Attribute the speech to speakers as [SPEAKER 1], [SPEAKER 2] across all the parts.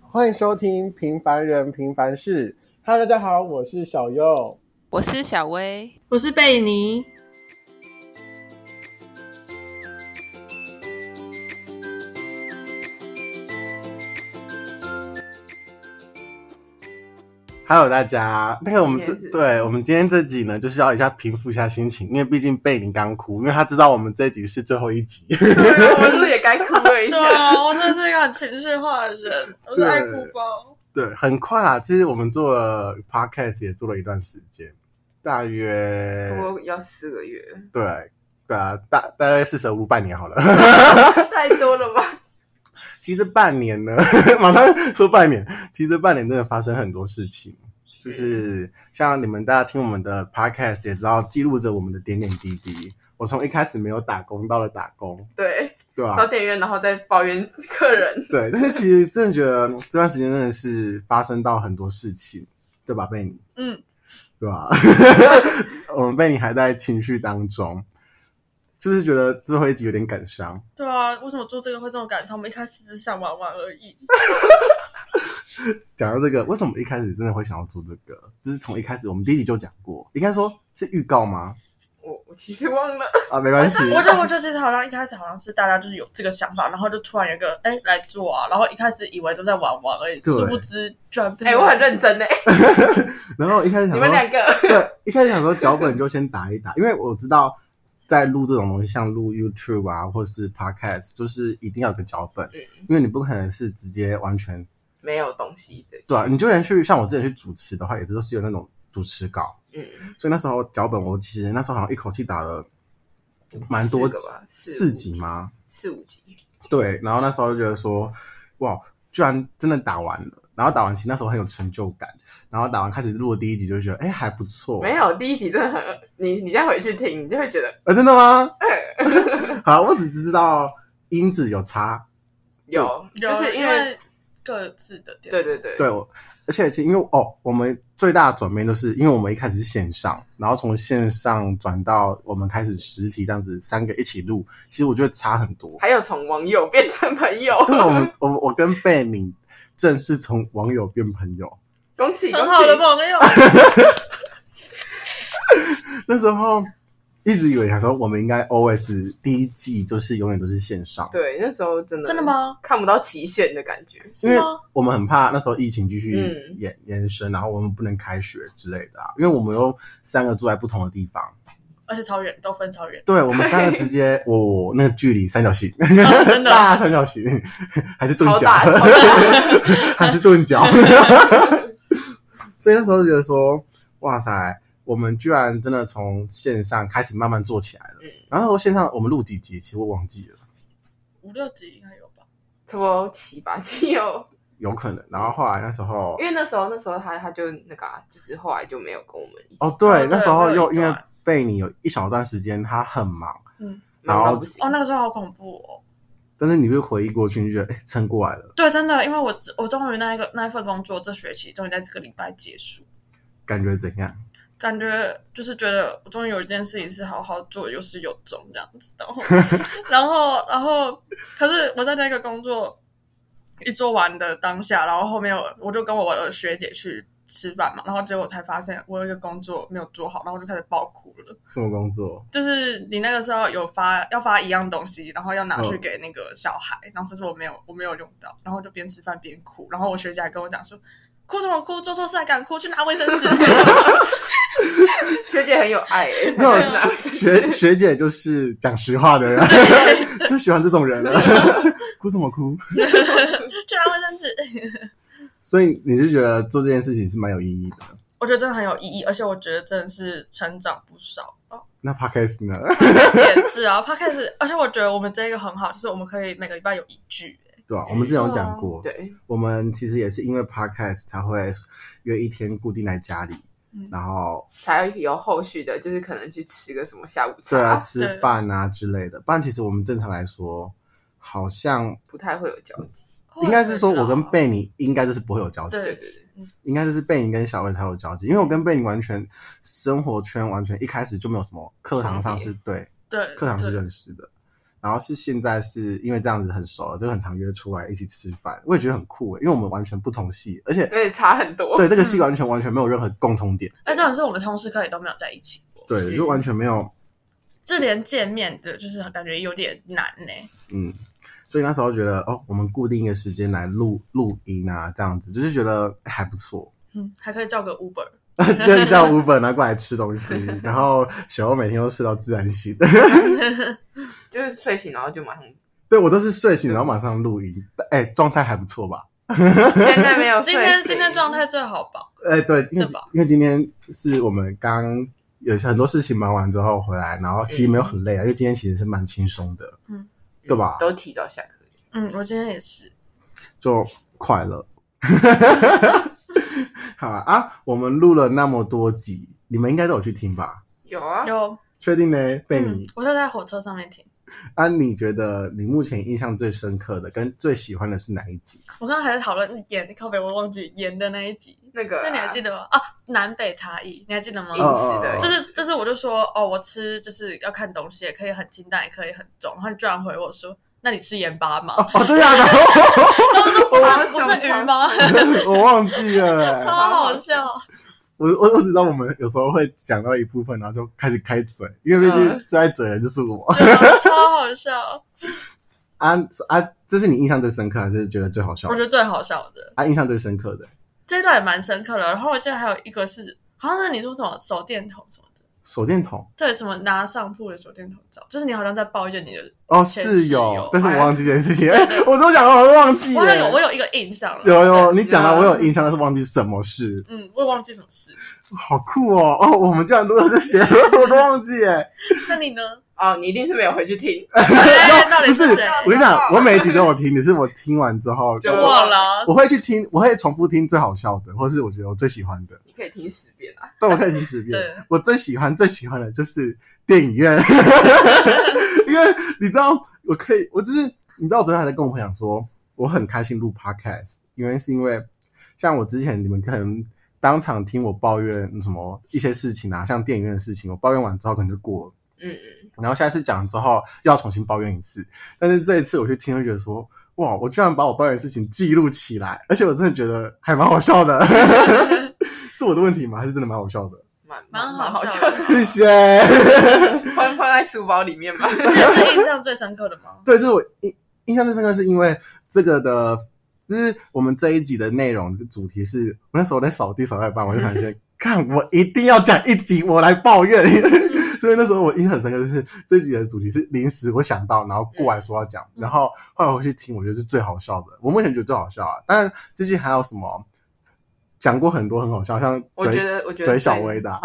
[SPEAKER 1] 欢迎收听《平凡人平凡事》。Hello，大家好，我是小优。
[SPEAKER 2] 我是小薇，
[SPEAKER 3] 我是贝尼。
[SPEAKER 1] Hello，大家。那个我们这
[SPEAKER 3] 今天是
[SPEAKER 1] 对我们今天这集呢，就是要一下平复一下心情，因为毕竟贝林刚哭，因为他知道我们这一集是最后一集。
[SPEAKER 2] 我是也该哭了 一
[SPEAKER 4] 对啊，我真的是一个很情绪化的人， 我是爱哭包。
[SPEAKER 1] 对，很快啦。其实我们做了 podcast 也做了一段时间，大约
[SPEAKER 2] 我要四个月，
[SPEAKER 1] 对对啊，大大概四舍五入半年好了。
[SPEAKER 2] 太多了吧？
[SPEAKER 1] 其实半年呢， 马上说半年，其实半年真的发生很多事情，就是像你们大家听我们的 podcast 也知道，记录着我们的点点滴滴。我从一开始没有打工到了打工，
[SPEAKER 2] 对，
[SPEAKER 1] 对吧、
[SPEAKER 2] 到店员然后再抱怨客人，
[SPEAKER 1] 对，但是其实真的觉得这段时间真的是发生到很多事情，对吧，贝尼？
[SPEAKER 4] 嗯，
[SPEAKER 1] 对吧？我们贝尼还在情绪当中，是不是觉得最后一集有点感伤？
[SPEAKER 4] 对啊，为什么做这个会这么感伤？我们一开始只是想玩玩而已。
[SPEAKER 1] 讲到这个，为什么一开始真的会想要做这个？就是从一开始我们第一集就讲过，应该说是预告吗？
[SPEAKER 2] 我我其实忘了，
[SPEAKER 1] 啊，没关系，
[SPEAKER 4] 我觉得，我觉得其实好像一开始好像是大家就是有这个想法，然后就突然有一个哎来做啊，然后一开始以为都在玩玩而已，
[SPEAKER 1] 对
[SPEAKER 4] 殊不知居然被
[SPEAKER 2] 哎、我很认真哎、
[SPEAKER 1] 然后一开始想说
[SPEAKER 2] 你们，两个
[SPEAKER 1] 对，一开始想说脚本就先打一打，因为我知道在录这种东西，像录 YouTube 啊，或是 Podcast，就是一定要有个脚本，
[SPEAKER 2] 嗯
[SPEAKER 1] 因为你不可能是直接完全
[SPEAKER 2] 没有东西的，
[SPEAKER 1] 对啊，你就连去像我之前去主持的话，也都是有那种主持稿，
[SPEAKER 2] 嗯，
[SPEAKER 1] 所以那时候脚本我其实那时候好像一口气打了蛮多
[SPEAKER 2] 四个
[SPEAKER 1] 集
[SPEAKER 2] 吧四
[SPEAKER 1] 四
[SPEAKER 2] 五
[SPEAKER 1] 集
[SPEAKER 2] 集
[SPEAKER 1] 吗？
[SPEAKER 2] 四五集，
[SPEAKER 1] 对，然后那时候就觉得说，哇，居然真的打完了。然后打完，其实那时候很有成就感。然后打完开始录的第一集，就觉得哎还不错。
[SPEAKER 2] 没有第一集真的很，你你再回去听，你就会觉得
[SPEAKER 1] 呃，真的 吗？
[SPEAKER 2] 呃
[SPEAKER 1] 好，我只知道音质有差。
[SPEAKER 2] 有，
[SPEAKER 4] 有啊
[SPEAKER 2] 就是因
[SPEAKER 4] 因
[SPEAKER 2] 为
[SPEAKER 4] 各自的点，
[SPEAKER 2] 对对对
[SPEAKER 1] 对，我而且其实因为哦，我们最大的转变就是因为我们一开始是线上，然后从线上转到我们开始实体这样子，三个一起录，其实我觉得差很多。
[SPEAKER 2] 还有从网友变成朋友，
[SPEAKER 1] 对，我们我我跟贝敏正式从网友变朋友。
[SPEAKER 2] 恭喜恭
[SPEAKER 4] 很好的
[SPEAKER 2] 喜，
[SPEAKER 4] 朋 友，
[SPEAKER 1] 那时候一直以为想说我们应该 OS 第一季就是永远都是线上，
[SPEAKER 2] 对，那时候真的
[SPEAKER 4] 真的？吗？
[SPEAKER 2] 看不到期限的感觉，
[SPEAKER 1] 因
[SPEAKER 4] 是
[SPEAKER 1] 为
[SPEAKER 4] 吗？
[SPEAKER 1] 我们很怕那时候疫情继续
[SPEAKER 2] 嗯
[SPEAKER 1] 延、延伸，然后我们不能开学之类的、啊，因为我们又三个住在不同的地方，，
[SPEAKER 4] 而且超远，都分超远
[SPEAKER 1] 对我们三个直接我、那个距离三角形，
[SPEAKER 2] 哦
[SPEAKER 4] 啊真的。
[SPEAKER 1] 大三角形还是钝
[SPEAKER 2] 超
[SPEAKER 1] 角
[SPEAKER 2] 大，超大，
[SPEAKER 1] 还是钝角，所以那时候觉得说，哇塞。我们居然真的从线上开始慢慢做起来了，
[SPEAKER 2] 嗯
[SPEAKER 1] 然后线上我们录几集，其实我忘记了。
[SPEAKER 4] 五六集应该有吧？
[SPEAKER 2] 差不多七八集哦有。
[SPEAKER 1] 有可能。然后后来那时候
[SPEAKER 2] 因，为那时候那时候他他就那个、啊，就是后来就没有跟我们一起，
[SPEAKER 1] 哦对，
[SPEAKER 4] 哦对
[SPEAKER 1] 那时候又
[SPEAKER 4] 我有一
[SPEAKER 1] 因为
[SPEAKER 4] 段
[SPEAKER 1] 贝尼有一小段时间他很忙，
[SPEAKER 4] 嗯，
[SPEAKER 2] 忙
[SPEAKER 1] 然
[SPEAKER 2] 到
[SPEAKER 1] 后
[SPEAKER 2] 不行
[SPEAKER 4] 哦，。那个时候好恐怖哦。
[SPEAKER 1] 但是你就回忆过去，你就觉得哎撑过来了，
[SPEAKER 4] 对，真的，因为我只我终于那一个那一份工作，这学期终于在这个礼拜结束，
[SPEAKER 1] 感觉怎样？
[SPEAKER 4] 感觉就是觉得我终于有一件事情是好好做，有始有终这样子。然后， 然后，然后，可是我在那个工作一做完的当下，然后后面我我就跟我的学姐去吃饭嘛，然后结果我才发现我有一个工作没有做好，然后我就开始爆哭了。
[SPEAKER 1] 什么工作？
[SPEAKER 4] 就是你那个时候有发要发一样东西，然后要拿去
[SPEAKER 1] 嗯
[SPEAKER 4] 给那个小孩，然后可是我没有我没有用到，然后就边吃饭边哭，然后我学姐还跟我讲说。哭什么哭？做错事还敢哭？去拿卫生纸！
[SPEAKER 2] 学姐很有爱、 欸，
[SPEAKER 1] 没有
[SPEAKER 2] 她
[SPEAKER 4] 啊
[SPEAKER 2] 真
[SPEAKER 1] 学
[SPEAKER 2] 的
[SPEAKER 1] 学 学姐就是讲实话 的人，就喜欢这种人了， 哭什么哭？
[SPEAKER 4] 去拿卫生纸！
[SPEAKER 1] 所以你是觉得做这件事情是蛮有意义的。
[SPEAKER 4] 我觉得真的很有意义，而且我觉得真的是成长不少。 哦，
[SPEAKER 1] 那 podcast 呢？
[SPEAKER 4] 也是啊，他开始，而且我觉得我们这个很好，就是我们可以每个礼拜有一句。
[SPEAKER 1] 对啊吧、我们之前有讲
[SPEAKER 4] 哦
[SPEAKER 1] 过，
[SPEAKER 2] 对，
[SPEAKER 1] 我们其实也是因为 podcast 才会约一天固定来家里，
[SPEAKER 4] 嗯
[SPEAKER 1] 然后
[SPEAKER 2] 才有后续的，就是可能去吃个什么下午茶，
[SPEAKER 1] 对啊，吃
[SPEAKER 4] 对
[SPEAKER 1] 饭啊之类的。不然其实我们正常来说，好像
[SPEAKER 2] 不太会有交集。
[SPEAKER 1] 应该是说我跟
[SPEAKER 4] 会啦
[SPEAKER 1] 贝尼应该就是不会有交集，
[SPEAKER 2] 对
[SPEAKER 4] 对
[SPEAKER 2] 对对，
[SPEAKER 1] 应该就是贝尼跟小薇才有交集，因为我跟贝尼完全生活圈完全一开始就没有什么课堂上是对
[SPEAKER 4] 对
[SPEAKER 1] 课堂是
[SPEAKER 4] 对
[SPEAKER 1] 认识的，然后是现在是因为这样子很熟了，就很常约出来一起吃饭，我也觉得很酷欸诶，因为我们完全不同系，而且
[SPEAKER 2] 对，差很多。
[SPEAKER 1] 对这个系完全完全没有任何共通点，
[SPEAKER 4] 哦嗯哎，重点是我们同事课也都没有在一起过，
[SPEAKER 1] 对，就完全没有
[SPEAKER 4] 就连见面的，就是感觉有点难呢、
[SPEAKER 1] 嗯，所以那时候觉得哦，我们固定一个时间来录录音啊，这样子就是觉得哎还不错。
[SPEAKER 4] 嗯，还可以叫个 Uber，
[SPEAKER 1] 对，叫五本来过来吃东 西，然后小欧每天都睡到自然醒。
[SPEAKER 2] 就是睡醒然后就马上，
[SPEAKER 1] 对我都是睡醒然后马上录音，哎、状态还不错吧？
[SPEAKER 2] 现在没 有睡醒。
[SPEAKER 4] 今天今天状态最好吧？
[SPEAKER 1] 哎、对，因为
[SPEAKER 4] 对吧
[SPEAKER 1] 因为今天是我们刚有很多事情忙完之后回来，然后其实没
[SPEAKER 4] 嗯
[SPEAKER 1] 有很累啊，因为今天其实是蛮轻松的，对吧
[SPEAKER 2] 都提早下课。
[SPEAKER 4] 嗯，我今天也是，
[SPEAKER 1] 就快乐。 好啊啊，我们录了那么多集，你们应该都有去听吧？
[SPEAKER 2] 有啊，
[SPEAKER 4] 有，
[SPEAKER 1] 确定呢？被
[SPEAKER 4] 嗯
[SPEAKER 1] 你、，
[SPEAKER 4] 我就在火车上面听。
[SPEAKER 1] 啊，你觉得你目前印象最深刻的跟最喜欢的是哪一集？
[SPEAKER 4] 我刚刚还在讨论盐，靠北我忘记盐的那一集，
[SPEAKER 2] 那个啊
[SPEAKER 4] 那你还记得吗？啊，南北差异，你还记得吗？
[SPEAKER 2] 饮食
[SPEAKER 1] 哦
[SPEAKER 2] 的，
[SPEAKER 4] 就是就是，我就说哦，我吃就是要看东西，也可以很清淡，也可以很重。然后你居然回我说，那你吃盐巴吗？
[SPEAKER 1] 哦，真的假的？
[SPEAKER 4] 不是不是鱼吗？
[SPEAKER 1] 我忘记了、
[SPEAKER 4] 超
[SPEAKER 1] 欸。
[SPEAKER 4] 好笑。
[SPEAKER 1] 我我我只知道我们有时候会讲到一部分，然后就开始开嘴，因为毕竟
[SPEAKER 2] 嗯
[SPEAKER 1] 最爱嘴的人就是我。
[SPEAKER 4] 对啊超好笑，
[SPEAKER 1] 啊啊，这是你印象最深刻，还是觉得最好笑
[SPEAKER 4] 我
[SPEAKER 1] 的？
[SPEAKER 4] 觉得最好笑的
[SPEAKER 1] 啊，印象最深刻的
[SPEAKER 4] 这一段也蛮深刻的。然后我记得还有一个是，好像是你说什么手电筒什么的，
[SPEAKER 1] 手电筒
[SPEAKER 4] 对，什么拿上铺的手电筒照，就是你好像在抱怨你的。
[SPEAKER 1] 哦，
[SPEAKER 4] 前
[SPEAKER 1] 室
[SPEAKER 4] 室
[SPEAKER 1] 友
[SPEAKER 4] 友，
[SPEAKER 1] 但是我忘记这件事情。哎、我都讲了，我都忘记
[SPEAKER 4] 我好
[SPEAKER 1] 了
[SPEAKER 4] 像。有我嗯有一个印象了，
[SPEAKER 1] 有有，
[SPEAKER 4] 对
[SPEAKER 1] 你讲了，我有印象，但是忘记什么事，
[SPEAKER 4] 嗯，我也忘记什么事。
[SPEAKER 1] 好酷哦！哦，我们居然录到这些，我都忘记哎。
[SPEAKER 4] 那你呢？
[SPEAKER 2] 哦，你一定是没有回去听，
[SPEAKER 4] 哎到底
[SPEAKER 1] 不是
[SPEAKER 4] 是谁？，
[SPEAKER 1] 我跟你讲，我每一集都有听，只是我听完之后
[SPEAKER 4] 就忘了。
[SPEAKER 1] 我会去听，我会重复听最好笑的，或是我觉得我最喜欢的，
[SPEAKER 2] 你可以听十遍啊。
[SPEAKER 1] 但我可以听十遍
[SPEAKER 4] 对。
[SPEAKER 1] 我最喜欢最喜欢的就是电影院， 因为你知道，我可以，我就是你知道，我昨天还在跟我朋友说，我很开心录 podcast，因为是因为像我之前你们可能。当场听我抱怨什么一些事情啊，像电影院的事情，我抱怨完之后可能就过了。
[SPEAKER 2] 嗯嗯，
[SPEAKER 1] 然后下次讲之后又要重新抱怨一次，但是这一次我去听，就觉得说，哇，我居然把我抱怨的事情记录起来，而且我真的觉得还蛮好笑的， 是我的问题吗？还是真的蛮好笑的？
[SPEAKER 2] 蛮
[SPEAKER 4] 蛮
[SPEAKER 2] 蛮
[SPEAKER 4] 好
[SPEAKER 2] 好
[SPEAKER 4] 笑
[SPEAKER 2] 笑
[SPEAKER 4] 的
[SPEAKER 2] 的，
[SPEAKER 1] 谢谢。
[SPEAKER 2] 放放在书包里面吧。
[SPEAKER 4] 这是印象最深刻的吗？
[SPEAKER 1] 对，这是我印印象最深刻，是因为这个的，就是我们这一集的内容主题是，我那时候在扫地扫到一半，我就感 觉，看我一定要讲一集，我来抱怨。
[SPEAKER 2] 嗯
[SPEAKER 1] 所以那时候我印象很深刻，就是这一集的主题是临时我想到，然后过来说要讲，
[SPEAKER 4] 嗯
[SPEAKER 1] 然后后来回去听，我觉得是最好笑的，我目前觉得最好笑啊。但最近还有什么讲过很多很好笑，像
[SPEAKER 2] 我觉
[SPEAKER 1] 嘴
[SPEAKER 2] 得，我觉得
[SPEAKER 1] 嘴小
[SPEAKER 2] 最
[SPEAKER 1] 薇，的啊、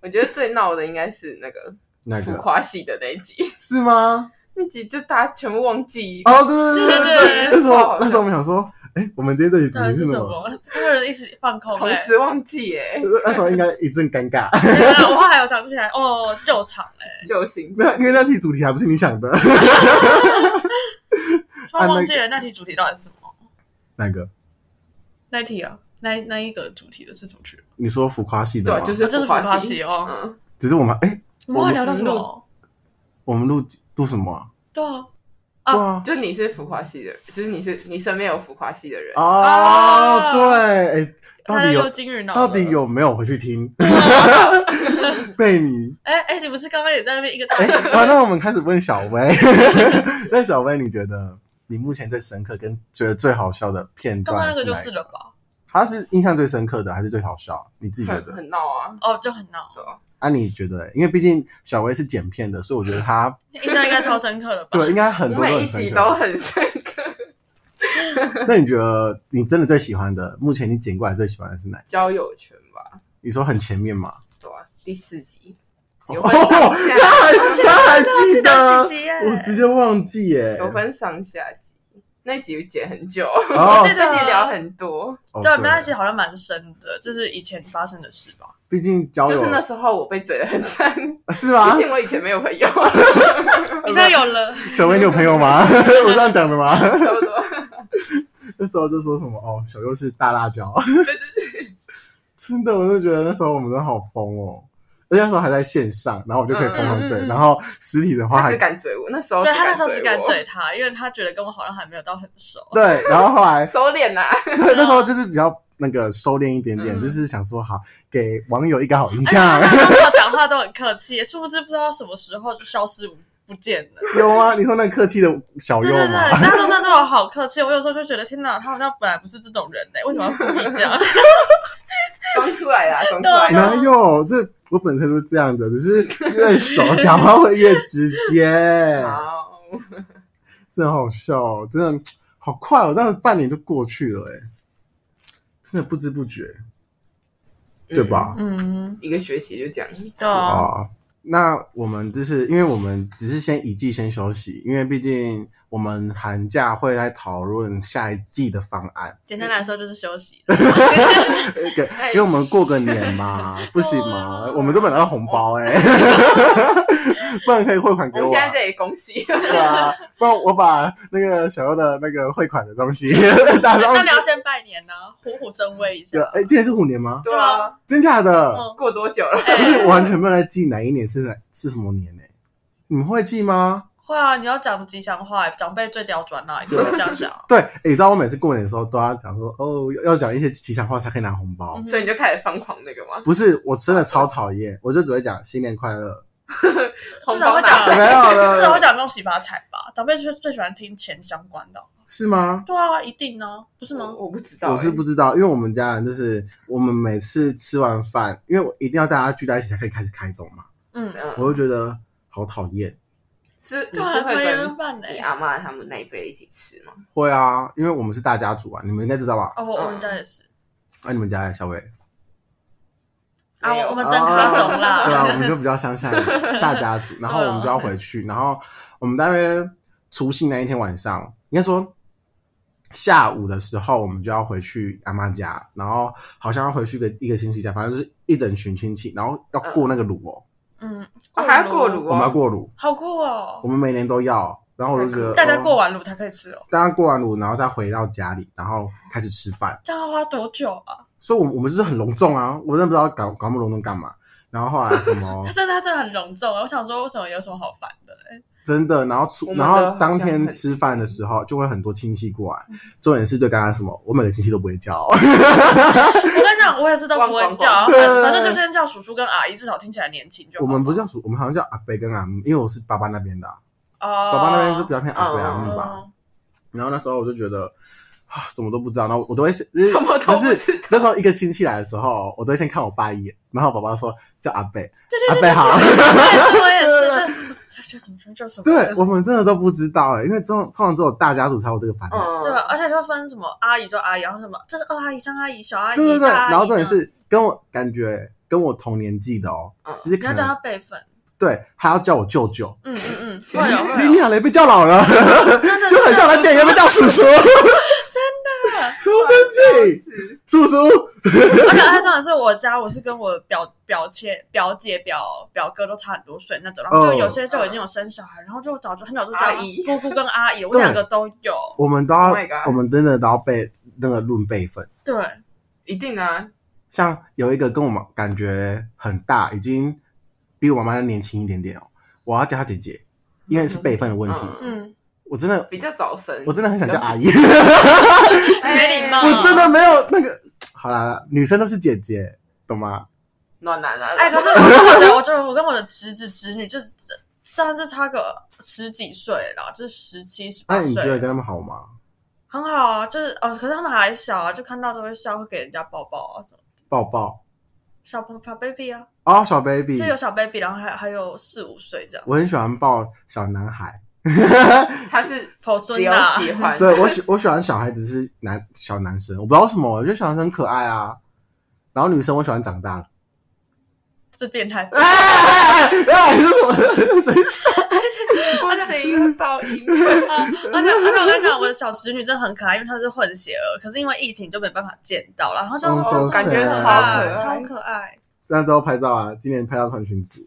[SPEAKER 2] 我觉得最闹的应该是那个
[SPEAKER 1] 那
[SPEAKER 2] 浮
[SPEAKER 1] 个
[SPEAKER 2] 夸系的那一集，
[SPEAKER 1] 是吗？
[SPEAKER 2] 那集就大家全部忘记。
[SPEAKER 1] 哦，对对对对，
[SPEAKER 4] 对对对
[SPEAKER 1] 那时
[SPEAKER 2] 超
[SPEAKER 1] 候
[SPEAKER 2] 好笑
[SPEAKER 1] 那时候我们想说，哎，我们今天这集主
[SPEAKER 4] 到底
[SPEAKER 1] 题
[SPEAKER 4] 是
[SPEAKER 1] 是
[SPEAKER 4] 什
[SPEAKER 1] 什么？
[SPEAKER 4] 么？所有人一起放空、
[SPEAKER 2] 同
[SPEAKER 4] 欸，
[SPEAKER 2] 时忘记耶、
[SPEAKER 1] 那时候应该一阵尴尬，
[SPEAKER 4] 对啊我后来有想起来，哦，救场哎、
[SPEAKER 2] 救星
[SPEAKER 1] 那因为那题主题还不是你想的
[SPEAKER 4] 突然忘记了哎那题主题到底是什么？
[SPEAKER 1] 那个，
[SPEAKER 4] 那一题啊，那那一个主题的是什么去了？
[SPEAKER 1] 你说浮夸系的
[SPEAKER 2] 对啊
[SPEAKER 1] 吗？，
[SPEAKER 2] 就是
[SPEAKER 4] 哦就是
[SPEAKER 2] 浮夸
[SPEAKER 4] 浮夸系哦
[SPEAKER 2] 嗯，
[SPEAKER 1] 只是我们哎，
[SPEAKER 4] 我们后来聊到什么？
[SPEAKER 1] 我们录录什么啊？
[SPEAKER 4] 对啊，啊
[SPEAKER 1] 对啊，
[SPEAKER 2] 就你是浮夸系的人，就是你是你身边有浮夸系的人，
[SPEAKER 1] 啊哦，对，哎，到
[SPEAKER 4] 大
[SPEAKER 1] 底
[SPEAKER 4] 家
[SPEAKER 1] 有
[SPEAKER 4] 又金鱼脑了，
[SPEAKER 1] 到底有没有回去听？被你
[SPEAKER 4] 哎哎、你不是刚刚也在那边一个大
[SPEAKER 1] 哎，好，那我们开始问小薇， 那小薇你觉得？你目前最深刻跟觉得最好笑的片
[SPEAKER 4] 刚刚
[SPEAKER 1] 段
[SPEAKER 4] 那
[SPEAKER 1] 是
[SPEAKER 4] 个就
[SPEAKER 1] 哪一
[SPEAKER 4] 是
[SPEAKER 1] 个？
[SPEAKER 4] 了吧？
[SPEAKER 1] 他是印象最深刻的，还是最好笑？你自己觉
[SPEAKER 2] 很
[SPEAKER 1] 得？
[SPEAKER 2] 很闹啊，
[SPEAKER 4] 哦，就很闹，
[SPEAKER 2] 对啊，
[SPEAKER 1] 啊，你觉得欸？因为毕竟小薇是剪片的，所以我觉得 她
[SPEAKER 4] 印象应该超深刻了吧？
[SPEAKER 1] 对应该很
[SPEAKER 2] 我
[SPEAKER 1] 多都
[SPEAKER 2] 每一
[SPEAKER 1] 很
[SPEAKER 2] 集
[SPEAKER 1] 深
[SPEAKER 2] 都
[SPEAKER 1] 刻。
[SPEAKER 2] 很深刻。
[SPEAKER 1] 那你觉得你真的最喜欢的，目前你剪过来最喜欢的是哪一？
[SPEAKER 2] 交友圈吧，
[SPEAKER 1] 你说很前面嘛？
[SPEAKER 2] 对啊，第四集有
[SPEAKER 1] 哦，
[SPEAKER 2] 分
[SPEAKER 1] 她
[SPEAKER 2] 上
[SPEAKER 1] 还
[SPEAKER 2] 下，
[SPEAKER 1] 她还记
[SPEAKER 4] 到
[SPEAKER 1] 得
[SPEAKER 4] 自，己耶
[SPEAKER 1] 我直接忘记耶。
[SPEAKER 2] 有分上下集，那集剪很久，
[SPEAKER 1] 哦
[SPEAKER 2] 这
[SPEAKER 4] 啊
[SPEAKER 2] 集聊很多，
[SPEAKER 1] 哦
[SPEAKER 4] 对，我们那一集好像蛮深的，就是以前发生的事吧。
[SPEAKER 1] 毕竟交
[SPEAKER 2] 就
[SPEAKER 1] 友
[SPEAKER 2] 是那时候我被嘴的很惨，
[SPEAKER 1] 啊 是 吗
[SPEAKER 2] 毕？竟我以前没有朋友，
[SPEAKER 4] 你现在有了，
[SPEAKER 1] 小薇你有朋友吗？ 我这样讲的吗？
[SPEAKER 2] 差不多，
[SPEAKER 1] 那时候就说什么哦，小 优是大辣椒。真的，我就觉得那时候我们真的好疯哦。而且那时候还在线上，然后我就可以疯狂追，
[SPEAKER 4] 嗯嗯嗯嗯
[SPEAKER 1] 然后实体的话
[SPEAKER 2] 他
[SPEAKER 1] 还
[SPEAKER 2] 只敢追我，那时候
[SPEAKER 4] 对
[SPEAKER 2] 只
[SPEAKER 4] 他那时候只
[SPEAKER 2] 追
[SPEAKER 4] 敢
[SPEAKER 2] 我，
[SPEAKER 4] 嘴他，因为他觉得跟我好像还没有到很熟。
[SPEAKER 1] 对，然后后 来
[SPEAKER 2] 收敛啊啦。
[SPEAKER 1] 对，那时候就是比较那个收敛一点点，
[SPEAKER 4] 嗯
[SPEAKER 1] 就是想说好给网友一个好印
[SPEAKER 4] 他
[SPEAKER 1] 象。
[SPEAKER 4] 那时候讲话都很客气，殊不知不知道什么时候就消失不见了。
[SPEAKER 1] 有啊，你说那客气的小
[SPEAKER 4] 对
[SPEAKER 1] 优
[SPEAKER 4] 对对，
[SPEAKER 1] 嘛，
[SPEAKER 4] 那时候真的对我好客气，我有时候就觉得天哪，他好像本来不是这种人嘞、为什么要故意这样？
[SPEAKER 2] 装出来啦，装出来
[SPEAKER 4] 对啊
[SPEAKER 2] 啦。
[SPEAKER 1] 哪有？这我本身就是这样的，只是越熟 讲话会越直接，
[SPEAKER 2] 好，
[SPEAKER 1] 真的好笑哦，真的好快哦，这样半年就过去了，哎，真的不知不觉，对吧？
[SPEAKER 4] 嗯，
[SPEAKER 2] 嗯？一个学期就这样，
[SPEAKER 4] 对啊，
[SPEAKER 1] 啊。那我们就是因为我们只是先一季先休息，因为毕竟我们寒假会来讨论下一季的方案。
[SPEAKER 4] 简单来说就是 休息。
[SPEAKER 1] 给
[SPEAKER 2] 哎
[SPEAKER 1] 给我们过个年嘛，不行吗？我们都没拿到红包哎、 不然可以汇款
[SPEAKER 2] 我
[SPEAKER 1] 给
[SPEAKER 2] 们
[SPEAKER 1] 我、
[SPEAKER 2] 现在
[SPEAKER 1] 啊。
[SPEAKER 2] 这里恭喜，
[SPEAKER 1] 对啊，不然我把那个小优的那个汇款的东西 打上
[SPEAKER 4] 那你
[SPEAKER 1] 去。
[SPEAKER 4] 要先拜年呢、虎虎生威一下
[SPEAKER 1] 对。哎、今年是虎年吗？
[SPEAKER 2] 对啊，
[SPEAKER 1] 真假的？
[SPEAKER 4] 嗯，
[SPEAKER 2] 过多久了？
[SPEAKER 4] 哎
[SPEAKER 1] 不是，我完全没有在记哪一年是哪是什么年呢、你们会记吗？
[SPEAKER 4] 会啊，你要讲吉祥话、长辈最刁钻啦、啊你就会这样想。
[SPEAKER 1] 对，哎、你知道我每次过年的时候都要讲说，哦，要要讲一些吉祥话才可以拿红包。
[SPEAKER 4] 嗯
[SPEAKER 2] 所以你就开始疯狂那个吗？
[SPEAKER 1] 不是，我真的超讨厌，我就只会讲新年快乐，
[SPEAKER 4] 至嗯
[SPEAKER 2] 啊
[SPEAKER 4] 少会讲
[SPEAKER 1] 没有了，
[SPEAKER 4] 至少会讲恭喜发财吧，长辈最最喜欢听钱相关的。
[SPEAKER 1] 是吗？
[SPEAKER 4] 对啊，一定啊，不是
[SPEAKER 2] 什
[SPEAKER 4] 吗？
[SPEAKER 2] 我不知道欸，
[SPEAKER 1] 我是不知道，因为我们家人就是我们每次吃完饭，因为我一定要大家聚在一起才可以开始开动嘛，
[SPEAKER 4] 嗯，
[SPEAKER 1] 我就
[SPEAKER 2] 嗯，
[SPEAKER 1] 觉得好讨厌。
[SPEAKER 2] 是你
[SPEAKER 4] 对
[SPEAKER 2] 是
[SPEAKER 4] 啊，
[SPEAKER 2] 会
[SPEAKER 4] 团圆
[SPEAKER 2] 跟
[SPEAKER 4] 饭
[SPEAKER 2] 你
[SPEAKER 4] 嘞。
[SPEAKER 2] 阿妈他们那一辈一起吃吗？
[SPEAKER 1] 会啊，因为我们是大家族啊，你们应该知道吧？
[SPEAKER 4] 哦，我
[SPEAKER 2] 嗯
[SPEAKER 4] 我们家也是
[SPEAKER 1] 啊，你们家呀，小伟，
[SPEAKER 4] 啊，
[SPEAKER 2] 没有
[SPEAKER 4] 我们
[SPEAKER 1] 啊
[SPEAKER 4] 真卡怂 啦。
[SPEAKER 1] 对啊，我们就比较乡下人大家族，然后我们就要回去，然后我们大约除夕那一天晚上，应该说下午的时候，我们就要回去阿妈家，然后好像要回去个一个亲戚家，反正就是一整群亲戚，然后要过那个炉哦，
[SPEAKER 4] 嗯，
[SPEAKER 2] 哦还要过炉
[SPEAKER 1] 我们要
[SPEAKER 2] 哦，
[SPEAKER 1] 过炉，
[SPEAKER 4] 好酷哦
[SPEAKER 1] 我！们每年都要。然后我就觉得
[SPEAKER 4] 大家
[SPEAKER 1] 哦
[SPEAKER 4] 过完炉才可以吃哦，
[SPEAKER 1] 大家过完炉，然后再回到家里，然后开始吃饭。
[SPEAKER 4] 这样要花多久啊？
[SPEAKER 1] 所以我，我们就是很隆重啊！我真的不知道搞搞那么隆重干嘛。然后后来什么
[SPEAKER 4] 他真的他真的很隆重啊！我想说，为什么有什么好烦的？
[SPEAKER 1] 真的，然后出
[SPEAKER 2] 我，们
[SPEAKER 1] 然
[SPEAKER 2] 的好
[SPEAKER 1] 后
[SPEAKER 2] 像
[SPEAKER 1] 当天
[SPEAKER 2] 很
[SPEAKER 1] 吃饭的时候，就会很多亲戚过来。重点是，就刚刚什么，我每个亲戚都不会叫，
[SPEAKER 4] 我跟你讲，我也是都不会叫，
[SPEAKER 1] 光
[SPEAKER 2] 忘
[SPEAKER 4] 反
[SPEAKER 1] 光
[SPEAKER 4] 反正就先叫叔叔跟阿姨，至少听起来年轻就好。
[SPEAKER 1] 我们不是叫叔，我们好像叫阿伯跟阿姆，因为我是爸爸那边的啊、
[SPEAKER 4] 哦，
[SPEAKER 1] 爸爸那边就比较偏阿伯
[SPEAKER 2] 哦
[SPEAKER 1] 阿姆吧。然后那时候我就觉得 啊，怎么都不知道，然后我都 会怎
[SPEAKER 2] 怎么都不
[SPEAKER 1] 是
[SPEAKER 2] 知道
[SPEAKER 1] 那时候一个亲戚来的时候，我都会先看我爸一眼，然后我爸爸说叫阿伯，
[SPEAKER 4] 对对
[SPEAKER 1] 阿
[SPEAKER 4] 对
[SPEAKER 1] 伯好。
[SPEAKER 4] 对，我 也是，这这什么这叫什么？
[SPEAKER 1] 对我们真的都不知道哎、因为这种通常只有大家族才有这个烦恼。
[SPEAKER 2] 嗯，
[SPEAKER 4] 对，啊而且就分什么阿姨就阿姨，然后什么这是二阿姨、三阿姨、小阿姨、
[SPEAKER 1] 对对对，
[SPEAKER 4] 啊大阿姨
[SPEAKER 1] 然后重点
[SPEAKER 4] 这样，
[SPEAKER 1] 是跟我感觉跟我同年纪的哦，
[SPEAKER 2] 嗯
[SPEAKER 1] 就是
[SPEAKER 4] 你
[SPEAKER 1] 可
[SPEAKER 4] 要叫她
[SPEAKER 1] 能
[SPEAKER 4] 辈分。
[SPEAKER 1] 对还要叫我舅舅。
[SPEAKER 4] 嗯嗯嗯，会有
[SPEAKER 1] 你
[SPEAKER 4] 会
[SPEAKER 1] 你
[SPEAKER 4] 有，
[SPEAKER 1] 好雷被叫老了，
[SPEAKER 4] 真的
[SPEAKER 1] 就很像来店员被叫叔叔，真的 超生气，
[SPEAKER 2] 是
[SPEAKER 1] 叔叔。
[SPEAKER 4] 而且他重点是我家，我是跟我表表姐、表姐、表表哥都差很多岁那种，然
[SPEAKER 1] 哦
[SPEAKER 4] 后就有些就已经有生小孩，然后就早就很早就叫
[SPEAKER 2] 阿姨
[SPEAKER 4] 姑姑跟阿姨，我两个都有。
[SPEAKER 1] 我们都要
[SPEAKER 2] Oh my god
[SPEAKER 1] 我们真的都要被那个论辈分。
[SPEAKER 4] 对，
[SPEAKER 2] 一定啊，
[SPEAKER 1] 像有一个跟我们感觉很大，已经比我妈妈年轻一点点哦，我要叫她姐姐，因为是辈分的问题。
[SPEAKER 2] 嗯
[SPEAKER 4] 嗯，
[SPEAKER 1] 我真的，
[SPEAKER 2] 比较早生，哎
[SPEAKER 1] 我真的很想叫阿
[SPEAKER 2] 姨，
[SPEAKER 1] 姨。
[SPEAKER 4] 没礼貌
[SPEAKER 1] 我真的没有那个，好啦，女生都是姐姐，懂吗？
[SPEAKER 2] 暖男啊，
[SPEAKER 4] 哎，可是我觉得，我觉得我跟我的侄子侄女就是这样，就差个十几岁啦，就是十七、十
[SPEAKER 1] 那
[SPEAKER 4] 八
[SPEAKER 1] 你觉得
[SPEAKER 4] 岁，
[SPEAKER 1] 跟他们好吗？
[SPEAKER 4] 很好啊。就是哦，可是他们还小啊，就看到都会笑，会给人家抱抱啊什么。
[SPEAKER 1] 抱抱
[SPEAKER 4] 小朋小 baby 啊，
[SPEAKER 1] 哦，小 baby，
[SPEAKER 4] 就有小 baby，然后还还有四五岁这样，
[SPEAKER 1] 我很喜欢抱小男孩。
[SPEAKER 2] 他是
[SPEAKER 4] 婆
[SPEAKER 2] 只
[SPEAKER 4] 孙
[SPEAKER 2] 有
[SPEAKER 4] 啊，
[SPEAKER 2] 喜欢，
[SPEAKER 1] 对我喜我喜欢小孩子是男小男生，我不知道为什么，我觉得小男生很可爱啊。然后女生我喜欢长大的。
[SPEAKER 4] 这变态。
[SPEAKER 1] 哎哎哎哎，是什么？
[SPEAKER 2] 不行，会爆 音。
[SPEAKER 4] 啊而且而且我跟你讲，我的小侄女真的很可爱，因为她是混血儿，可是因为疫情就没办法见到，然后就、
[SPEAKER 1] 哦
[SPEAKER 4] 哦
[SPEAKER 2] 感觉
[SPEAKER 4] 超
[SPEAKER 2] 超
[SPEAKER 4] 可爱，
[SPEAKER 2] 可爱
[SPEAKER 4] 超可爱。
[SPEAKER 1] 这样都要拍照啊！今年拍照团群组，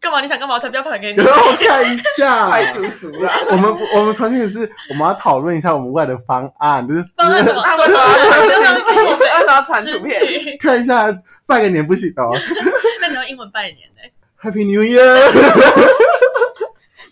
[SPEAKER 4] 干嘛？你想干嘛？我才不要拍给 你
[SPEAKER 1] 给。我看一下。
[SPEAKER 2] 快叔叔啦！
[SPEAKER 1] 我们我们团群是，我们要讨论一下我们未来的方案，就是
[SPEAKER 4] 放在什么？
[SPEAKER 2] 他
[SPEAKER 4] 放
[SPEAKER 2] 们
[SPEAKER 4] 在
[SPEAKER 2] 说要
[SPEAKER 4] 什么
[SPEAKER 2] 传讯息，他们说要传图片，
[SPEAKER 4] 是
[SPEAKER 1] 看一下，拜个年不行哦。
[SPEAKER 4] 那你要用英文拜年哎、
[SPEAKER 1] Happy New Year！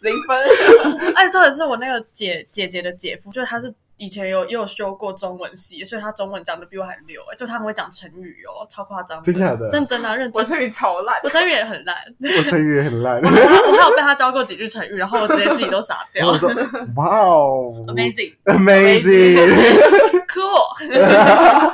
[SPEAKER 2] 零分，
[SPEAKER 4] 哎，重点是我那个姐姐姐的姐夫，就是他是以前有也有修过中文系，所以他中文讲的比我还溜、哎，就他们会讲成语哦，超夸张的，
[SPEAKER 1] 真假的
[SPEAKER 4] 认真啊，认
[SPEAKER 2] 我
[SPEAKER 4] 真。
[SPEAKER 2] 成语超烂
[SPEAKER 4] 我，成语也很烂，
[SPEAKER 1] 我成语也很烂。
[SPEAKER 4] 我还有被他教过几句成语，然后我直接自己都傻
[SPEAKER 1] 然
[SPEAKER 4] 掉
[SPEAKER 1] 后我。说：“哇哦
[SPEAKER 4] Amazing,
[SPEAKER 1] ，amazing！”
[SPEAKER 4] cool，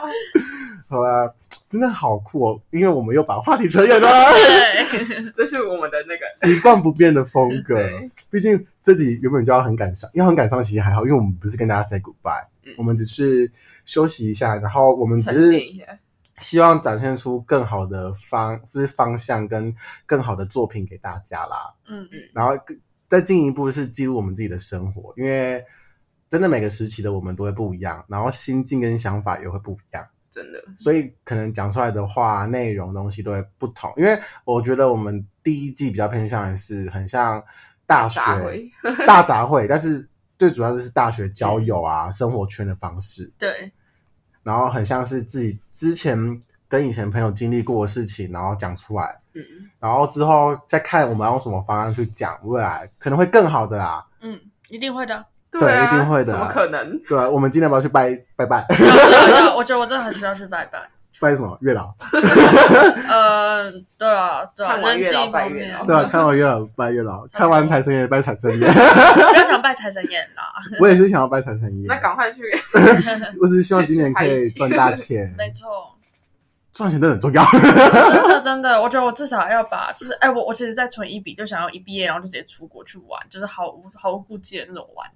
[SPEAKER 1] 好啦，真的好酷哦，因为我们又把话题扯远了。
[SPEAKER 4] 对，
[SPEAKER 2] 这是我们的那个
[SPEAKER 1] 一贯不变的风格
[SPEAKER 2] 对。
[SPEAKER 1] 毕竟这集原本就要很感伤，要很感伤其实还好，因为我们不是跟大家 say goodbye，、
[SPEAKER 2] 嗯
[SPEAKER 1] 我们只是休息一下，然后我们只
[SPEAKER 2] 沉淀
[SPEAKER 1] 是
[SPEAKER 2] 一下。
[SPEAKER 1] 希望展现出更好的方，就是方向跟更好的作品给大家啦。
[SPEAKER 4] 嗯，
[SPEAKER 1] 然后更再进一步是记录我们自己的生活，因为真的每个时期的我们都会不一样，然后心境跟想法也会不一样。
[SPEAKER 2] 真的，
[SPEAKER 1] 所以可能讲出来的话、内容、东西都会不同。因为我觉得我们第一季比较偏向于是很像大学
[SPEAKER 2] 大会
[SPEAKER 1] 大杂烩，但是最主要就是大学交友啊、生活圈的方式，
[SPEAKER 4] 对，
[SPEAKER 1] 然后很像是自己之前跟以前朋友经历过的事情，然后讲出来，
[SPEAKER 2] 嗯，
[SPEAKER 1] 然后之后再看我们要用什么方案去讲，未来可能会更好的啦。
[SPEAKER 4] 嗯，一定会的。
[SPEAKER 1] 对
[SPEAKER 2] 啊，
[SPEAKER 1] 一定会的
[SPEAKER 2] 怎么可能？
[SPEAKER 1] 对啊，我们今天要不要去拜拜拜
[SPEAKER 4] 我觉得我真的很需要去拜拜。
[SPEAKER 1] 拜什么月老？
[SPEAKER 4] 呃，对了，对了，
[SPEAKER 2] 看完月老
[SPEAKER 4] 人际
[SPEAKER 2] 拜
[SPEAKER 4] 方
[SPEAKER 2] 月
[SPEAKER 4] 面
[SPEAKER 2] 老
[SPEAKER 1] 对啊，看完月老拜月老，看完财神爷拜财神爷。
[SPEAKER 4] 不要想拜财神爷啦，
[SPEAKER 1] 我也是想要拜财神爷。
[SPEAKER 2] 那赶快去，
[SPEAKER 1] 我只是希望今年可以赚大钱，
[SPEAKER 4] 没错，
[SPEAKER 1] 赚钱真的很重要。
[SPEAKER 4] 真的真的，我觉得我至少要把，就是哎，我我其实再存一笔，就想要一毕业然后就直接出国去玩，就是毫无毫无顾忌的那种玩、欸。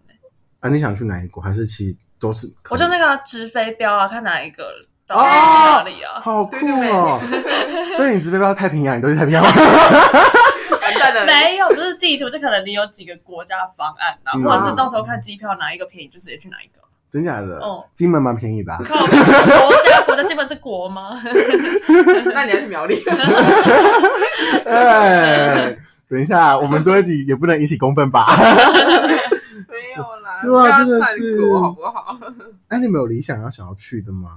[SPEAKER 1] 啊，你想去哪一国？还是其实都是可以？
[SPEAKER 4] 我就那个啊直飞镖啊，看哪一个到
[SPEAKER 1] 哦
[SPEAKER 4] 底是哪里啊？
[SPEAKER 1] 好酷哦！ 所以你直飞到太平洋，你都去太平啊洋吗？
[SPEAKER 2] 完蛋了，
[SPEAKER 4] 没有，不是地图，就可能你有几个国家方案啊，
[SPEAKER 1] 嗯
[SPEAKER 4] 或者是到时候看机票哪一个便宜就直接去哪一个。
[SPEAKER 1] 真假的？
[SPEAKER 4] 哦
[SPEAKER 1] 金门蛮便宜的、啊。
[SPEAKER 4] 靠，国家国家基本是 国吗？
[SPEAKER 2] 那你要去苗栗，
[SPEAKER 1] 哎，等一下，我们这一集也不能引起公愤吧？
[SPEAKER 2] 没有啦，
[SPEAKER 1] 对啊
[SPEAKER 2] 不要
[SPEAKER 1] 真的
[SPEAKER 2] 散
[SPEAKER 1] 是
[SPEAKER 2] 国好不好？
[SPEAKER 1] 哎，你们有理想要想要去的吗？